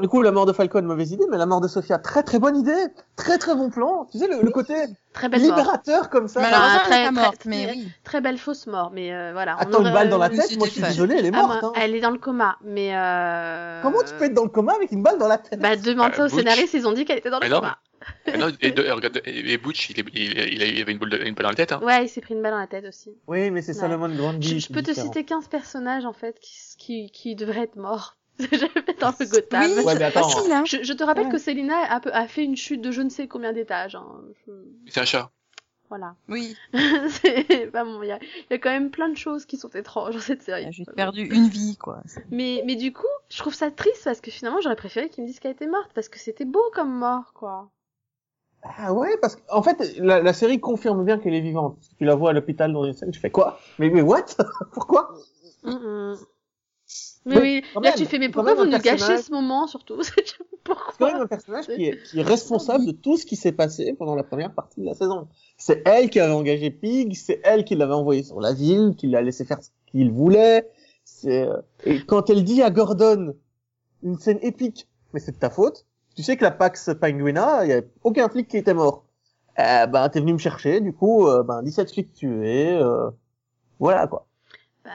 Speaker 1: du coup, la mort de Falcon, mauvaise idée, mais la mort de Sophia, très très bonne idée, très très bon plan. Tu sais, le, le côté
Speaker 2: Très belle mort.
Speaker 1: libérateur comme ça.
Speaker 2: alors,
Speaker 4: Malheureusement,
Speaker 2: Bah, après,
Speaker 4: elle est pas
Speaker 2: très-
Speaker 4: morte,
Speaker 2: très-
Speaker 4: mais oui.
Speaker 2: Très belle fausse mort, mais euh, voilà. on
Speaker 1: Attends, une
Speaker 2: aurait-
Speaker 1: balle dans la
Speaker 2: euh,
Speaker 1: tête,
Speaker 4: c'était
Speaker 1: moi je suis
Speaker 4: fun.
Speaker 1: désolé, elle est
Speaker 2: ah,
Speaker 1: morte.
Speaker 2: moi,
Speaker 1: hein.
Speaker 2: Elle est dans le coma, mais... Euh...
Speaker 1: Comment tu peux être dans le coma avec une balle dans la tête
Speaker 2: Bah, demande ça
Speaker 3: Euh,
Speaker 2: aux
Speaker 3: Butch.
Speaker 2: scénaristes, ils ont dit qu'elle était dans le
Speaker 3: Mais non,
Speaker 2: coma.
Speaker 3: Ah non, et, de- et regarde, et- et Butch, il, est- il- il a- il avait une, boule de- une balle dans la tête, hein.
Speaker 2: Ouais, il s'est pris une balle dans la tête aussi.
Speaker 1: Oui, mais c'est
Speaker 2: Ouais.
Speaker 1: Salomon Grundy.
Speaker 2: Je, je
Speaker 1: c'est
Speaker 2: peux te
Speaker 1: différent.
Speaker 2: citer 15 personnages, en fait, qui, qui, qui devraient être morts. J'avais dans le Gotham.
Speaker 4: Oui,
Speaker 1: Ouais, mais attends.
Speaker 4: facile, hein.
Speaker 2: Je, je te rappelle
Speaker 4: Ouais.
Speaker 2: que Selina a, peu- a fait une chute de je ne sais combien d'étages. hein. Je-
Speaker 3: C'est un chat.
Speaker 2: Voilà.
Speaker 4: Oui,
Speaker 2: C'est pas bon. Il y, a- il y a quand même plein de choses qui sont étranges dans cette série.
Speaker 1: Ah,
Speaker 4: elle a juste perdu une vie, quoi. C'est-
Speaker 2: Mais, mais du coup, je trouve ça triste parce que finalement, j'aurais préféré qu'ils me disent qu'elle était morte parce que c'était beau comme mort, quoi.
Speaker 1: Ah ouais, parce qu'en fait, la, la série confirme bien qu'elle est vivante. Parce que tu la vois à l'hôpital dans une scène, tu fais quoi Mais mais what Pourquoi
Speaker 2: Mm, mm. Mais
Speaker 1: Mais
Speaker 2: oui,
Speaker 1: quand
Speaker 2: là
Speaker 1: même,
Speaker 2: tu fais, mais
Speaker 1: quand
Speaker 2: pourquoi
Speaker 1: même
Speaker 2: vous
Speaker 1: un
Speaker 2: nous gâchez
Speaker 1: personnage-
Speaker 2: ce moment surtout Pourquoi
Speaker 1: C'est quand même un personnage qui est, qui est responsable de tout ce qui s'est passé pendant la première partie de la saison. C'est elle qui avait engagé Pig, c'est elle qui l'avait envoyé sur la ville, qui l'a laissé faire ce qu'il voulait. C'est euh, et quand elle dit à Gordon une scène épique, mais c'est de ta faute. Tu sais que la Pax Penguina, il y a aucun flic qui était mort. Euh, ben t'es venu me chercher, du coup, euh, ben 17 flics tués, euh, voilà quoi.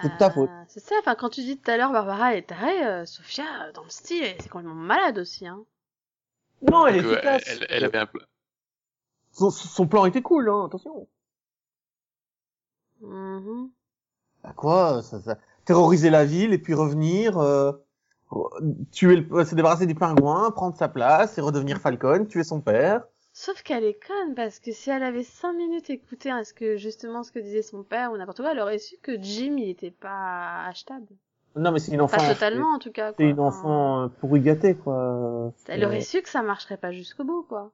Speaker 1: C'est de ta faute.
Speaker 2: Bah, C'est ça, enfin, quand tu dis tout à l'heure Barbara est tarée, euh, Sophia, euh, dans le style, elle- c'est complètement malade aussi. Hein.
Speaker 1: Non, elle est
Speaker 3: Donc, euh,
Speaker 1: efficace.
Speaker 3: elle, elle avait un peu.
Speaker 1: son, son plan était cool, hein, attention.
Speaker 2: Mhm.
Speaker 1: Bah quoi, ça, ça- terroriser la ville et puis revenir, euh, tuer le, euh, se débarrasser du pingouin, prendre sa place et redevenir Falcon, tuer son père.
Speaker 2: Sauf qu'elle est conne, parce que si elle avait 5 minutes écouté hein, ce que, justement ce que disait son père ou n'importe quoi, elle aurait su que Jim, il était pas achetable.
Speaker 1: Non, mais c'est une enfant.
Speaker 2: Pas totalement, en tout cas.
Speaker 1: C'est
Speaker 2: quoi.
Speaker 1: une enfant euh, pourri gâtée, quoi.
Speaker 2: Elle aurait su que ça marcherait pas jusqu'au bout, quoi.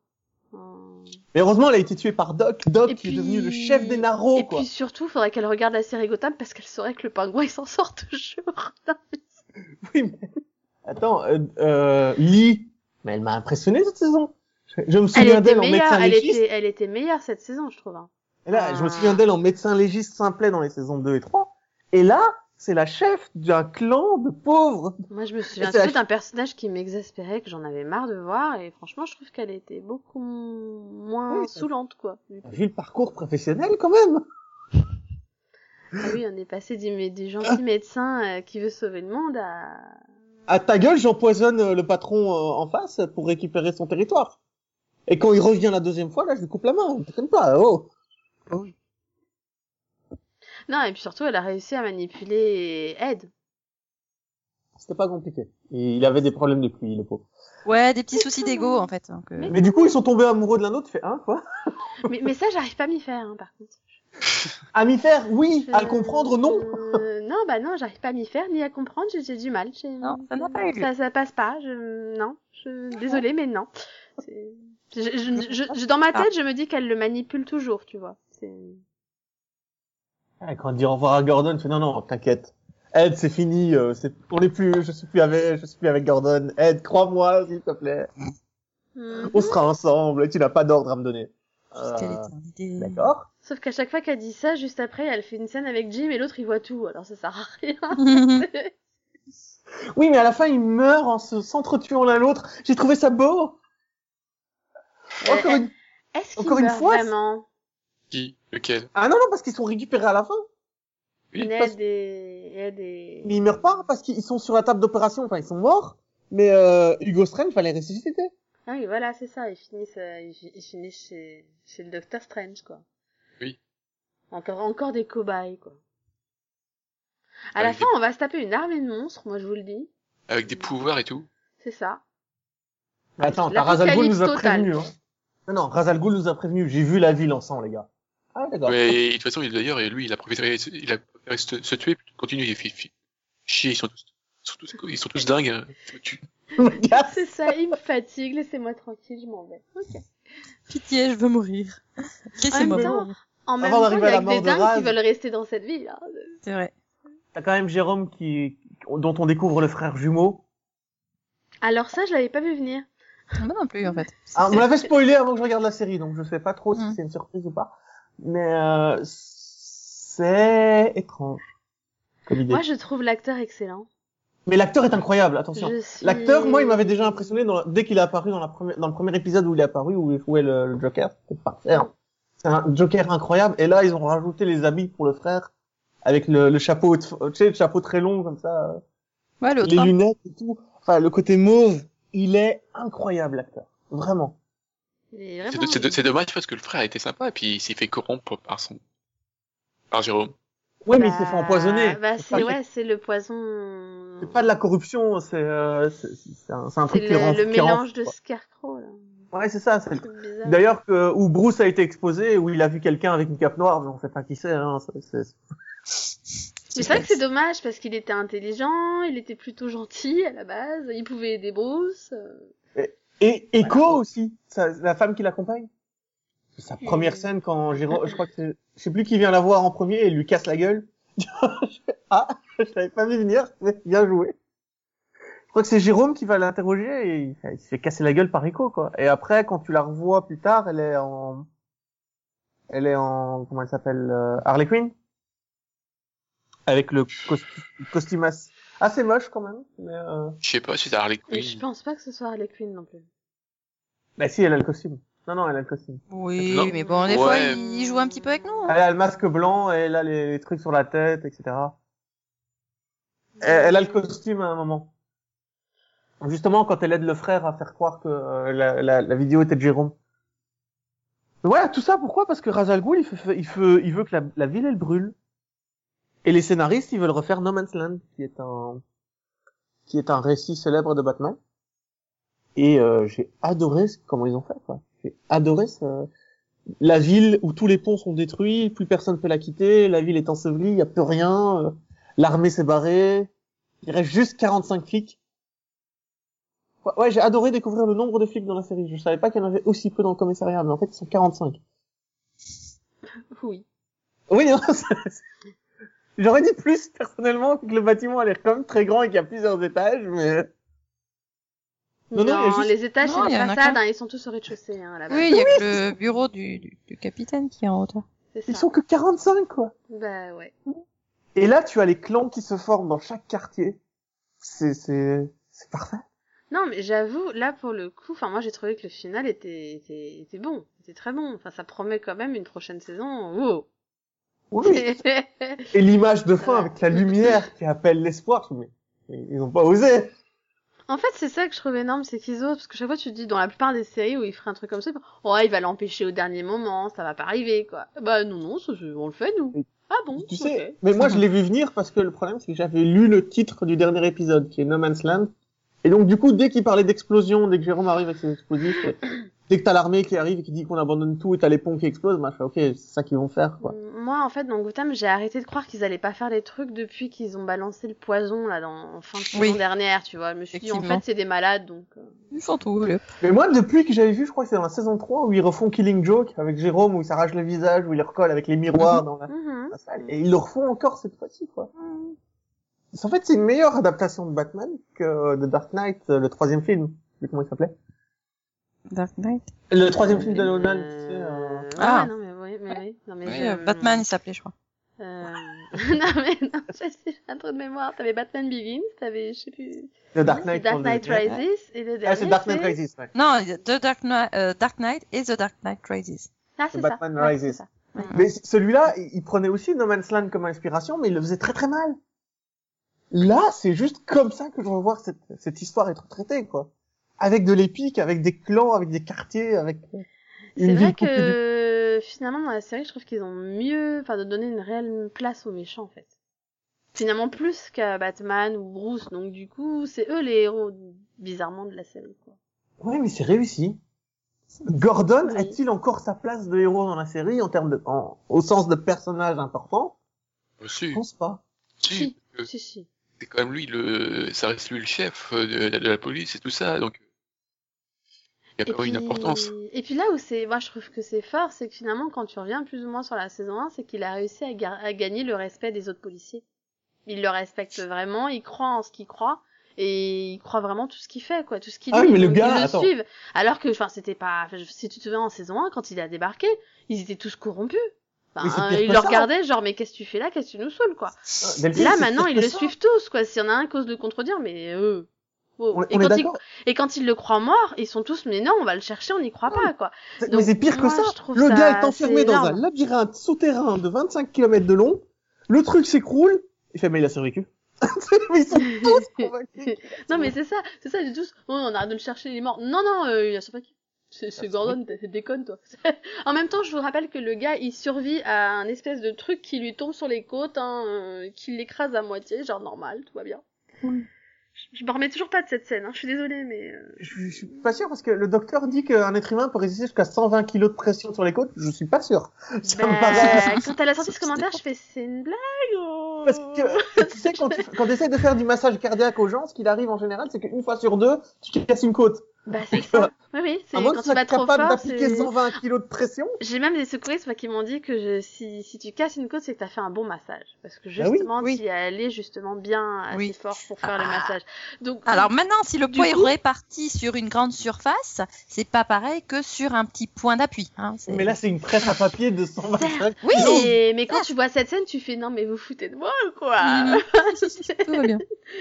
Speaker 2: Hum.
Speaker 1: Mais heureusement, elle a été tuée par Doc. Doc
Speaker 2: Et
Speaker 1: qui est devenu le
Speaker 2: puis-
Speaker 1: chef des narros,
Speaker 2: Et
Speaker 1: Oh, quoi.
Speaker 2: puis surtout, faudrait qu'elle regarde la série Gotham parce qu'elle saurait que le pingouin il s'en sort toujours.
Speaker 1: Oui, mais... Attends, euh, euh, Lee, mais elle m'a impressionné cette saison. Je, je me
Speaker 2: elle
Speaker 1: souviens
Speaker 2: était
Speaker 1: d'elle en médecin
Speaker 2: meilleure, elle
Speaker 1: légiste.
Speaker 2: était, elle était meilleure cette saison, je trouve. hein.
Speaker 1: Et là, je me
Speaker 2: Ah.
Speaker 1: souviens d'elle en médecin légiste simplet dans les saisons 2 et 3. Et là, c'est la chef d'un clan de pauvres.
Speaker 2: Moi, je me souviens
Speaker 1: c'est la
Speaker 2: surtout d'un personnage qui m'exaspérait, que j'en avais marre de voir, et franchement, je trouve qu'elle était beaucoup moins
Speaker 1: Oui.
Speaker 2: saoulante, quoi.
Speaker 1: T'as vu le parcours professionnel quand même
Speaker 2: Ah oui, on est passé des, mé- des gentils médecins euh, qui veut sauver le monde à...
Speaker 1: À ta gueule, j'empoisonne euh, le patron euh, en face pour récupérer son territoire. Et quand il revient la deuxième fois, là, je lui coupe la main. T'aimes pas, oh
Speaker 2: Non, et puis surtout, elle a réussi à manipuler Ed.
Speaker 1: C'était pas compliqué. Et il avait des problèmes de pluie, le pauvre.
Speaker 4: Ouais, des petits soucis d'ego en fait. Donc, euh,
Speaker 2: Mais-
Speaker 1: Mais du coup, ils sont tombés amoureux de l'un autre, fait, hein, quoi
Speaker 2: Mais, mais ça, j'arrive pas à m'y faire, hein, par contre.
Speaker 1: À m'y faire, oui.
Speaker 2: Je-
Speaker 1: À le comprendre, non.
Speaker 2: Euh, non, bah non, j'arrive pas à m'y faire, ni à comprendre, j'ai- j'ai du mal. j'ai-
Speaker 4: Non, ça n'a pas eu lieu.
Speaker 2: ça, ça passe pas, je... Non, je... désolée, mais non. C'est- Je, je- je- je- dans ma tête, je me dis qu'elle le manipule toujours, tu vois. C'est...
Speaker 1: Ah, Quand on dit au revoir à Gordon, tu fais non, non, t'inquiète. Ed, c'est fini. euh, c'est, on n'est plus. Je suis plus avec. Je suis plus avec Gordon. Ed, crois-moi, s'il te plaît.
Speaker 2: Mhm.
Speaker 1: On sera ensemble. et Tu n'as pas d'ordre à me donner.
Speaker 4: jusqu'à
Speaker 1: Euh,
Speaker 4: l'éternité.
Speaker 1: D'accord.
Speaker 2: Sauf qu'à chaque fois qu'elle dit ça, juste après, elle fait une scène avec Jim et l'autre, il voit tout, alors ça sert à rien.
Speaker 1: Oui, mais à la fin, ils meurent en se s'entretuant l'un l'autre. J'ai trouvé ça beau. Encore
Speaker 2: Euh,
Speaker 1: une.
Speaker 2: Est-ce qu'il
Speaker 1: Encore une
Speaker 2: meurt
Speaker 1: fois,
Speaker 2: vraiment
Speaker 3: Qui Lequel
Speaker 1: Ah non, non, parce qu'ils sont récupérés à la fin.
Speaker 3: Oui,
Speaker 1: parce-
Speaker 2: Ned et... Ed et...
Speaker 1: Mais ils meurent pas parce qu'ils sont sur la table d'opération. Enfin, ils sont morts. Mais euh, Hugo Strange fallait ressusciter.
Speaker 2: Ah oui, voilà, c'est ça, ils finissent, euh, ils, fi- ils finissent chez, chez le Docteur Strange, quoi.
Speaker 3: Oui.
Speaker 2: Encore, encore des cobayes, quoi. À la
Speaker 3: Avec
Speaker 2: fin,
Speaker 3: des-
Speaker 2: on va se taper une armée de monstres, moi je vous le dis.
Speaker 3: Avec des pouvoirs et tout.
Speaker 2: C'est ça.
Speaker 1: Mais attends,
Speaker 2: L'apocalypse
Speaker 1: Razal Ghoul nous a
Speaker 2: totale.
Speaker 1: prévenu. Hein. Non, non, Razal Ghoul nous a prévenu. J'ai vu la ville en sang, les gars. Ah, d'accord.
Speaker 3: Ouais, et de toute façon, il- d'ailleurs, et lui, il a préféré, se- il a préféré se, se tuer plutôt que de continuer. Il fait, fait- chier, ils sont tous, ils sont tous, ils sont tous dingues. hein. Je me tue.
Speaker 1: Regarde.
Speaker 2: C'est ça, il me fatigue, laissez-moi tranquille, je m'en vais. Ok.
Speaker 4: Pitié, je veux mourir. Laissez-moi
Speaker 2: En même temps-
Speaker 4: mourir.
Speaker 2: En même
Speaker 1: Avant
Speaker 2: temps, il
Speaker 1: d'arriver
Speaker 2: y
Speaker 1: à la
Speaker 2: a que
Speaker 1: mort
Speaker 2: des
Speaker 1: de
Speaker 2: dingues qui
Speaker 1: Raz.
Speaker 2: veulent rester dans cette ville. hein.
Speaker 4: C'est vrai.
Speaker 1: T'as quand même Jérôme qui, dont on découvre le frère jumeau.
Speaker 2: Alors ça, je l'avais pas vu venir.
Speaker 4: Moi non plus en fait.
Speaker 1: Ah, on me l'avait spoilé avant que je regarde la série, donc je sais pas trop si
Speaker 4: Mm.
Speaker 1: c'est une surprise ou pas. Mais euh, c'est étrange comme idée.
Speaker 2: Moi, je trouve l'acteur excellent.
Speaker 1: Mais l'acteur est incroyable, attention.
Speaker 2: Je suis...
Speaker 1: L'acteur, moi, il m'avait déjà impressionné dans la- dès qu'il est apparu dans, la première- dans le premier épisode où il est apparu, où il jouait le, le Joker. C'est parfait. hein. C'est un Joker incroyable. Et là, ils ont rajouté les habits pour le frère, avec le, le chapeau, de- tu sais, le chapeau très long comme ça. euh,
Speaker 4: Ouais, l'autre.
Speaker 1: les
Speaker 4: hein.
Speaker 1: lunettes et tout. Enfin, le côté mauve, il est incroyable, l'acteur. Vraiment.
Speaker 2: Il est
Speaker 3: C'est
Speaker 2: vraiment-
Speaker 3: do- c'est do- c'est dommage parce que le frère était sympa et puis il s'est fait corrompre par son, par Jérôme.
Speaker 1: Ouais, mais il
Speaker 2: Bah,
Speaker 1: s'est fait empoisonner.
Speaker 2: Bah,
Speaker 1: C'est
Speaker 2: c'est
Speaker 1: pas-
Speaker 2: ouais, c'est le poison.
Speaker 1: C'est pas de la corruption, c'est euh, c'est- c'est un, c'est un
Speaker 2: C'est
Speaker 1: truc qui rend.
Speaker 2: le, le
Speaker 1: qui rend-
Speaker 2: mélange de scarecrow là.
Speaker 1: Ouais, c'est ça. c'est le-
Speaker 2: C'est bizarre.
Speaker 1: D'ailleurs, que- où Bruce a été exposé, où il a vu quelqu'un avec une cape noire, mais on sait pas qui c'est. Hein, c'est- c'est-
Speaker 2: Mais c'est vrai que c'est dommage parce qu'il était intelligent, il était plutôt gentil à la base, il pouvait aider Bruce. euh,
Speaker 1: Et Echo aussi, sa- la femme qui l'accompagne. C'est Sa première
Speaker 2: Mm. scène
Speaker 1: scène quand Jérôme, je crois que c'est, je sais plus qui vient la voir en premier et lui casse la gueule. ah, je l'avais pas vu venir, mais bien joué. Je crois que c'est Jérôme qui va l'interroger et il- il se fait casser la gueule par Echo, quoi. Et après, quand tu la revois plus tard, elle est en, elle est en, comment elle s'appelle, euh, Harley Quinn? Avec le costu- costumasse assez moche quand même, mais euh,
Speaker 3: Je sais pas si c'est Harley
Speaker 2: Et je
Speaker 3: Quinn.
Speaker 2: pense pas que ce soit Harley Quinn non plus.
Speaker 1: bah si, elle a le costume. Non, non, elle a le costume.
Speaker 4: Oui,
Speaker 3: Non.
Speaker 4: mais bon, des
Speaker 3: Ouais.
Speaker 4: fois, il joue un petit peu avec nous. hein.
Speaker 1: Elle a le masque blanc, et elle a les, les trucs sur la tête, etc. Elle, elle a le costume à un moment. Justement, quand elle aide le frère à faire croire que euh, la, la- la vidéo était de Jérôme. Mais Voilà, tout ça, pourquoi Parce que Razal Ghoul, il, fait- il, fait- il veut que la, la ville, elle brûle. Et les scénaristes, ils veulent refaire No Man's Land, qui est un, qui est un récit célèbre de Batman. Et euh, j'ai adoré ce- comment ils ont fait, quoi. J'ai adoré ce- la ville où tous les ponts sont détruits, plus personne peut la quitter, la ville est ensevelie, il n'y a plus rien, euh, l'armée s'est barrée, il reste juste 45 flics. Ouais, Ouais, ouais, j'ai adoré découvrir le nombre de flics dans la série. Je savais pas qu'il y en avait aussi peu dans le commissariat, mais en fait, ils sont 45.
Speaker 2: Oui.
Speaker 1: Oui, hein, non, c'est- j'aurais dit plus, personnellement, que le bâtiment a l'air quand même très grand et qu'il y a plusieurs étages, mais... Non,
Speaker 2: Non,
Speaker 1: non, il y a juste-
Speaker 2: les étages,
Speaker 4: Non,
Speaker 2: c'est
Speaker 4: il
Speaker 2: des
Speaker 4: y en a
Speaker 2: façades,
Speaker 4: qu'un.
Speaker 2: hein, ils sont tous au rez-de-chaussée, hein,
Speaker 1: Ah.
Speaker 2: là-bas.
Speaker 4: Oui, il y a que le bureau du, du, du capitaine qui est en hauteur.
Speaker 2: c'est
Speaker 1: Ils
Speaker 2: ça.
Speaker 1: sont que 45, quoi
Speaker 2: Bah ouais.
Speaker 1: Et là, tu as les clans qui se forment dans chaque quartier. C'est, c'est, c'est parfait.
Speaker 2: Non, mais j'avoue, là, pour le coup, enfin, moi, j'ai trouvé que le final était, était, était bon. C'était très bon. Enfin, ça promet quand même une prochaine saison. Wow.
Speaker 1: Oui. Et l'image de fin avec la lumière qui appelle l'espoir, je me dis, mais ils ont pas osé.
Speaker 2: En fait, c'est ça que je trouve énorme, c'est qu'ils osent, parce que chaque fois tu te dis, dans la plupart des séries où ils feraient un truc comme ça, oh, il va l'empêcher au dernier moment, ça va pas arriver, quoi. Bah, non, non, ça, c'est- on le fait, nous. Ah bon?
Speaker 1: Tu
Speaker 2: ok.
Speaker 1: sais, mais moi je l'ai vu venir parce que le problème c'est que j'avais lu le titre du dernier épisode qui est No Man's Land. Et donc du coup, dès qu'il parlait d'explosion, dès que Jérôme arrive avec ses explosifs, et dès que t'as l'armée qui arrive et qui dit qu'on abandonne tout et t'as les ponts qui explosent, bah, je fais ok, c'est ça qu'ils vont faire quoi.
Speaker 2: Moi, en fait, dans Gotham, j'ai arrêté de croire qu'ils allaient pas faire des trucs depuis qu'ils ont balancé le poison, là, dans, en fin de saison
Speaker 4: Oui.
Speaker 2: dernière, tu vois. Je me suis dit, en
Speaker 4: Effectivement.
Speaker 2: fait, c'est des malades, donc. euh,
Speaker 4: Ils sont tous les
Speaker 1: Mais moi, depuis que j'avais vu, je crois que c'est dans la saison 3 où ils refont Killing Joke avec Jérôme où il s'arrache le visage, où il le recolle avec les miroirs dans la,
Speaker 2: mhm.
Speaker 1: la salle. Et ils le refont encore cette fois-ci quoi. En fait, c'est une meilleure adaptation de Batman que de Dark Knight, euh, le troisième film. Je sais plus Comment il s'appelait
Speaker 4: Dark Knight.
Speaker 1: Le troisième film de Nolan,
Speaker 2: Euh,
Speaker 1: tu sais, euh,
Speaker 2: ouais,
Speaker 4: Ah.
Speaker 2: ouais, non, mais oui, mais oui. Non, mais
Speaker 3: Oui,
Speaker 2: je-
Speaker 4: Euh, Batman, il s'appelait, je crois.
Speaker 2: Euh, non, mais non, je sais, j'ai un trou de mémoire. T'avais Batman Begins, t'avais, je sais plus.
Speaker 1: The Dark
Speaker 2: C'est
Speaker 1: Knight.
Speaker 2: Dark
Speaker 1: on le
Speaker 2: Knight
Speaker 1: disait.
Speaker 2: Rises, et le dernier.
Speaker 1: Ah, c'est Dark Knight
Speaker 2: c'est-
Speaker 1: Rises, ouais.
Speaker 4: Non, il y a The Dark Knight, euh, Dark Knight et The Dark Knight Rises.
Speaker 2: Ah, c'est
Speaker 1: The
Speaker 2: ça.
Speaker 1: Batman
Speaker 2: Ouais,
Speaker 1: Rises.
Speaker 2: c'est ça. Ouais.
Speaker 1: Mais c- celui-là, il il prenait aussi No Man's Land comme inspiration, mais il le faisait très très mal. Là, c'est juste comme ça que je veux voir cette, cette histoire être traitée, quoi. Avec de l'épique, avec des clans, avec des quartiers, avec...
Speaker 2: C'est
Speaker 1: une
Speaker 2: vrai
Speaker 1: ville coupée du-
Speaker 2: que finalement dans la série, je trouve qu'ils ont mieux, enfin, de donner une réelle place aux méchants en fait. Finalement plus qu'à Batman ou Bruce, donc du coup, c'est eux les héros bizarrement de la série. Quoi.
Speaker 1: Ouais, mais c'est réussi. Gordon
Speaker 2: Oui.
Speaker 1: a-t-il encore sa place de héros dans la série en termes de... en- au sens de personnage important
Speaker 3: Euh, si,
Speaker 1: Je pense pas.
Speaker 3: si, euh,
Speaker 2: Si si.
Speaker 3: c'est quand même lui le, ça reste lui le chef euh, de, de la police et tout ça, donc il y a quand même une importance.
Speaker 2: et puis là où c'est, moi je trouve que c'est fort, c'est que finalement quand tu reviens plus ou moins sur la saison 1, c'est qu'il a réussi à, gar- à gagner le respect des autres policiers. Il le respecte vraiment, il croit en ce qu'il croit et il croit vraiment tout ce qu'il fait quoi, tout ce qu'il
Speaker 1: Ah
Speaker 2: dit,
Speaker 1: oui, mais le
Speaker 2: donc
Speaker 1: gars,
Speaker 2: ils le
Speaker 1: attends.
Speaker 2: suivent. Alors que enfin c'était pas enfin, je- si tu te souviens en saison 1 quand il a débarqué, ils étaient tous corrompus. Enfin,
Speaker 1: Mais c'est
Speaker 2: euh,
Speaker 1: pire
Speaker 2: ils
Speaker 1: que
Speaker 2: le
Speaker 1: ça.
Speaker 2: regardaient genre mais qu'est-ce que tu fais là, qu'est-ce que tu nous saoules quoi.
Speaker 1: Euh, Delphine,
Speaker 2: Là
Speaker 1: c'est
Speaker 2: maintenant
Speaker 1: pire
Speaker 2: ils
Speaker 1: que
Speaker 2: le
Speaker 1: ça.
Speaker 2: suivent tous quoi, s'il y en a un cause de contredire mais euh wow.
Speaker 1: On,
Speaker 2: et,
Speaker 1: on est
Speaker 2: quand il,
Speaker 1: d'accord.
Speaker 2: et quand ils le croient mort, ils sont tous, mais non, on va le chercher, on n'y croit pas, quoi.
Speaker 1: C'est-
Speaker 2: Donc,
Speaker 1: mais c'est pire que
Speaker 2: moi,
Speaker 1: ça.
Speaker 2: je trouve
Speaker 1: Le
Speaker 2: ça
Speaker 1: gars est
Speaker 2: assez
Speaker 1: enfermé dans un
Speaker 2: énorme.
Speaker 1: labyrinthe souterrain de 25 km de long. Le truc s'écroule. Il fait, mais il a survécu. mais ils sont tous convaincus.
Speaker 2: non, mais c'est ça, c'est ça, ils disent tous, oh, on arrête de le chercher, il est mort. Non, non, euh, il a survécu. C'est c'est
Speaker 1: Ah,
Speaker 2: Gordon, t'es- t'es déconne, toi. en même temps, je vous rappelle que le gars, il survit à un espèce de truc qui lui tombe sur les côtes, hein, euh, qui l'écrase à moitié, genre normal, tout va bien.
Speaker 1: Oui.
Speaker 2: Je- Je me remets toujours pas de cette scène, hein, je suis désolée, mais... euh,
Speaker 1: Je, je suis pas sûr parce que le docteur dit qu'un être humain peut résister jusqu'à 120 kg de pression sur les côtes. Je suis pas sûr. Ça me
Speaker 2: bah,
Speaker 1: paraît-
Speaker 2: quand elle a sorti ce
Speaker 4: Ça, c'est
Speaker 2: commentaire, je fais, c'est une blague oh. ou-
Speaker 1: Parce que tu sais, quand tu quand t'essaies de faire du massage cardiaque aux gens, ce qu'il arrive en général, c'est qu'une fois sur deux, tu te casses une côte.
Speaker 2: Bah, c'est ça. Oui, oui, c'est
Speaker 1: À moins
Speaker 2: quand
Speaker 1: que tu sois
Speaker 2: tu vas trop
Speaker 1: capable
Speaker 2: fort,
Speaker 1: d'appliquer
Speaker 2: c'est...
Speaker 1: 120 kg de pression.
Speaker 2: J'ai même des secouristes moi, qui m'ont dit que je- si, si tu casses une côte, c'est que t'as fait un bon massage. Parce que
Speaker 1: Bah oui,
Speaker 2: justement,
Speaker 4: Ah oui.
Speaker 2: tu es allé justement bien assez
Speaker 4: Oui.
Speaker 2: fort pour faire le
Speaker 4: Ah.
Speaker 2: massage. Donc,
Speaker 4: Alors maintenant, si le
Speaker 2: Du
Speaker 4: poids
Speaker 2: coup-
Speaker 4: est réparti sur une grande surface, c'est pas pareil que sur un petit point d'appui. Hein, c'est-
Speaker 1: Mais là, c'est une presse à papier de 125
Speaker 4: oui,
Speaker 2: mais, mais quand tu vois cette scène, tu fais non, mais vous foutez de moi ou quoi
Speaker 4: Mhm. tout va bien.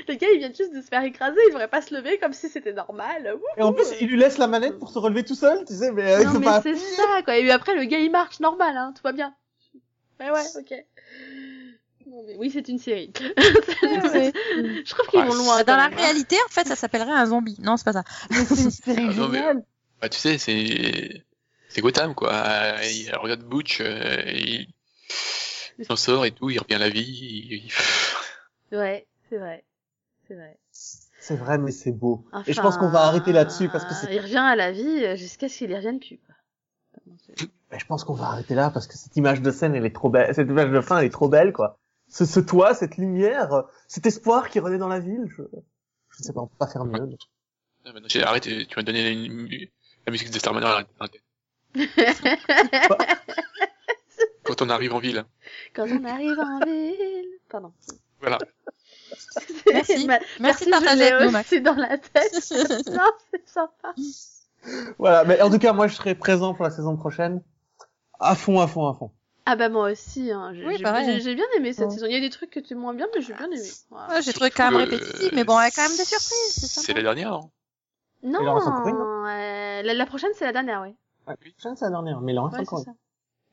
Speaker 2: Le gars, il vient juste de se faire écraser, il devrait pas se lever comme si c'était normal. Ouh.
Speaker 1: Et en plus, il lui laisse la manette pour se relever tout seul, tu sais, mais euh, il
Speaker 2: Non,
Speaker 1: peut
Speaker 2: mais
Speaker 1: pas.
Speaker 2: c'est ça quoi. Et puis après, le gars, il marche normal, hein, tout va bien. Mais ouais, ok. Bon, mais oui, c'est une série. Je trouve qu'ils
Speaker 3: Ouais,
Speaker 2: vont loin.
Speaker 4: Dans
Speaker 2: quand
Speaker 4: la
Speaker 2: même, hein.
Speaker 4: réalité, en fait, ça s'appellerait un zombie. Non, c'est pas ça.
Speaker 3: Ah, non, mais, bah, tu sais, c'est c'est Gotham quoi. Euh, il- alors, regarde Butch, euh, il, il s'en sort et tout, il revient à la vie. il- il-
Speaker 2: Ouais, c'est vrai. C'est vrai.
Speaker 1: C'est vrai, mais c'est beau.
Speaker 2: Enfin,
Speaker 1: Et je pense qu'on va arrêter là-dessus parce que c'est-
Speaker 2: Il revient à la vie euh, jusqu'à ce qu'il y revienne plus. quoi.
Speaker 1: Mais je pense qu'on va arrêter là parce que cette image de scène, elle est trop belle. Cette image de fin, elle est trop belle, quoi. Ce, ce toit, cette lumière, euh, cet espoir qui renaît dans la ville. Je, je sais pas, on peut pas faire mieux. mais-
Speaker 3: Ah, maintenant, j'ai- arrête, tu vas me donner une- la musique de Starman dans la tête. Quand on arrive en ville.
Speaker 2: Quand on arrive en ville. Pardon.
Speaker 3: Voilà.
Speaker 4: Merci.
Speaker 2: Ma-
Speaker 4: Merci
Speaker 2: je
Speaker 4: de partager
Speaker 2: l'ai
Speaker 4: avec nous, Max.
Speaker 2: aussi dans la tête. non, c'est sympa.
Speaker 1: Voilà, mais en tout cas, moi, je serai présent pour la saison prochaine. À fond, à fond, à fond.
Speaker 2: Ah bah moi aussi, hein. j'ai
Speaker 4: Oui,
Speaker 2: j'ai-
Speaker 4: pareil.
Speaker 2: j'ai- j'ai bien aimé cette
Speaker 4: Ouais.
Speaker 2: saison. Il y a des trucs que tu moins bien, mais j'ai bien aimé. Voilà.
Speaker 4: Ouais, Oh, j'ai trouvé quand même
Speaker 3: Surtout, euh,
Speaker 4: répétitif, mais bon, elle a quand même des surprises, c'est
Speaker 3: C'est
Speaker 4: sympa.
Speaker 3: la dernière, hein.
Speaker 2: Non,
Speaker 1: il en reste encore une,
Speaker 2: euh, la, la prochaine c'est la dernière, ouais.
Speaker 1: Prochaine, c'est la dernière, mais il en reste
Speaker 2: Ouais,
Speaker 1: encore
Speaker 2: c'est ça.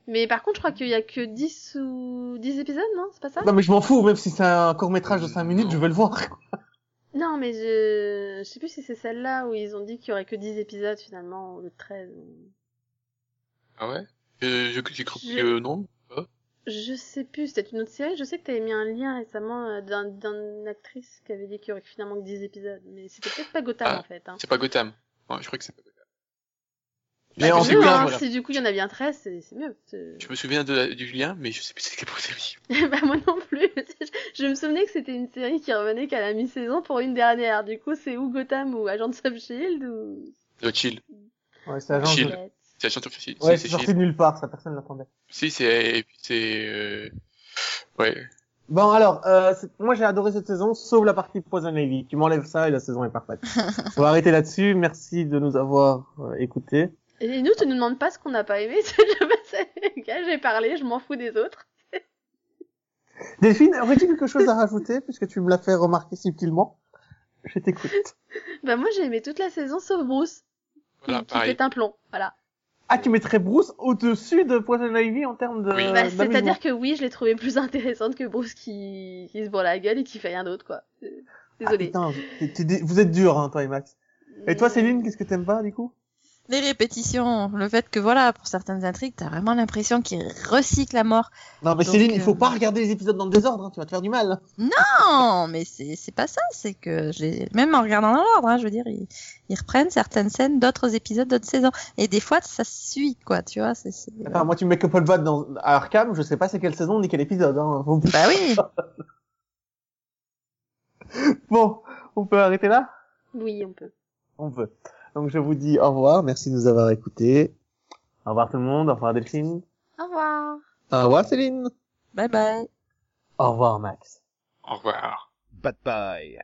Speaker 2: Mais par contre, je crois qu'il y a que 10 ou 10 épisodes, non C'est pas ça
Speaker 1: une. Non, mais je m'en fous, même si c'est un court métrage de 5 minutes,
Speaker 3: Non.
Speaker 1: je veux le voir.
Speaker 2: Non, mais je... je sais plus si c'est celle-là où ils ont dit qu'il y aurait que 10 épisodes finalement, ou le 13. ou-
Speaker 3: Ah ouais? Euh, je, j'ai cru
Speaker 2: Je-
Speaker 3: que euh, non.
Speaker 2: Je sais plus, c'était une autre série. Je sais que t'avais mis un lien récemment euh, d'un d'une actrice qui avait dit qu'il y aurait finalement que 10 épisodes. Mais c'était peut-être pas Gotham
Speaker 3: Ah.
Speaker 2: en fait. Hein.
Speaker 3: C'est pas Gotham. Ouais, je crois que c'est pas Gotham.
Speaker 1: Mais en
Speaker 2: C'est mieux,
Speaker 1: tout cas,
Speaker 2: hein,
Speaker 1: voilà.
Speaker 2: si du coup il y en a bien 13, c'est c'est mieux. C'est-
Speaker 3: Je me souviens de la- du lien, mais je sais plus c'était pour série.
Speaker 2: bah moi non plus. Je me souvenais que c'était une série qui revenait qu'à la mi-saison pour une dernière. Du coup, c'est ou Gotham ou Agent of Shield E ou.
Speaker 3: The Chill.
Speaker 1: Ouais, c'est agent.
Speaker 3: Shield.
Speaker 1: de-
Speaker 2: Peut-être.
Speaker 3: C'est la chanson sur Shield.
Speaker 1: Ouais,
Speaker 3: Si,
Speaker 1: c'est
Speaker 3: c'est
Speaker 1: sorti
Speaker 3: Shield.
Speaker 1: de nulle part, ça personne l'attendait.
Speaker 3: Si, c'est, et puis c'est, euh... ouais.
Speaker 1: Bon alors, euh, c'est- moi j'ai adoré cette saison, sauf la partie Poison Ivy. Tu m'enlèves ça et la saison est parfaite. On va arrêter là-dessus. Merci de nous avoir euh, écoutés.
Speaker 2: Et nous, tu nous demandes pas ce qu'on n'a pas aimé. Je me sais, les gars, j'ai parlé, je m'en fous des autres.
Speaker 1: Delphine, aurais-tu quelque chose à rajouter puisque tu me l'as fait remarquer subtilement Je t'écoute.
Speaker 2: Bah moi, j'ai aimé toute la saison sauf Bruce
Speaker 3: Voilà,
Speaker 2: qui, qui
Speaker 3: pareil.
Speaker 2: pète un plomb. Voilà.
Speaker 1: Ah, tu mettrais Bruce au-dessus de Poison Ivy en termes de.
Speaker 3: Oui. Euh,
Speaker 2: bah,
Speaker 1: d'amusement.
Speaker 2: C'est-à-dire que oui, je l'ai trouvée plus intéressante que Bruce qui, qui se bourre la gueule et qui fait rien d'autre quoi. Euh,
Speaker 1: Ah,
Speaker 2: Désolée.
Speaker 1: putain, t'es- t'es dé- vous êtes dur, hein, toi et Max. Et toi, Céline, qu'est-ce que t'aimes pas du coup
Speaker 4: Les répétitions, le fait que voilà, pour certaines intrigues, t'as vraiment l'impression qu'ils recyclent la mort.
Speaker 1: Non, mais
Speaker 4: Donc,
Speaker 1: Céline, il
Speaker 4: euh,
Speaker 1: faut pas regarder les épisodes dans le désordre. hein, tu vas te faire du mal.
Speaker 4: Non, mais c'est c'est pas ça, c'est que je les- même en regardant dans l'ordre, hein, je veux dire, ils, ils reprennent certaines scènes d'autres épisodes, d'autres saisons. Et des fois, ça suit, quoi, tu vois. c'est c'est-
Speaker 1: Attends, moi, tu me mets que Paul Vaught dans à Arkham. Je sais pas c'est quelle saison ni quel épisode. Hein. Faut-
Speaker 4: Bah oui.
Speaker 1: Bon, on peut arrêter là.
Speaker 2: Oui, on peut.
Speaker 1: On peut. Donc je vous dis au revoir, merci de nous avoir écoutés. Au revoir tout le monde, au revoir Delphine.
Speaker 2: Au revoir.
Speaker 1: Au revoir Céline.
Speaker 4: Bye bye.
Speaker 1: Au revoir Max.
Speaker 3: Au revoir.
Speaker 5: Bye bye.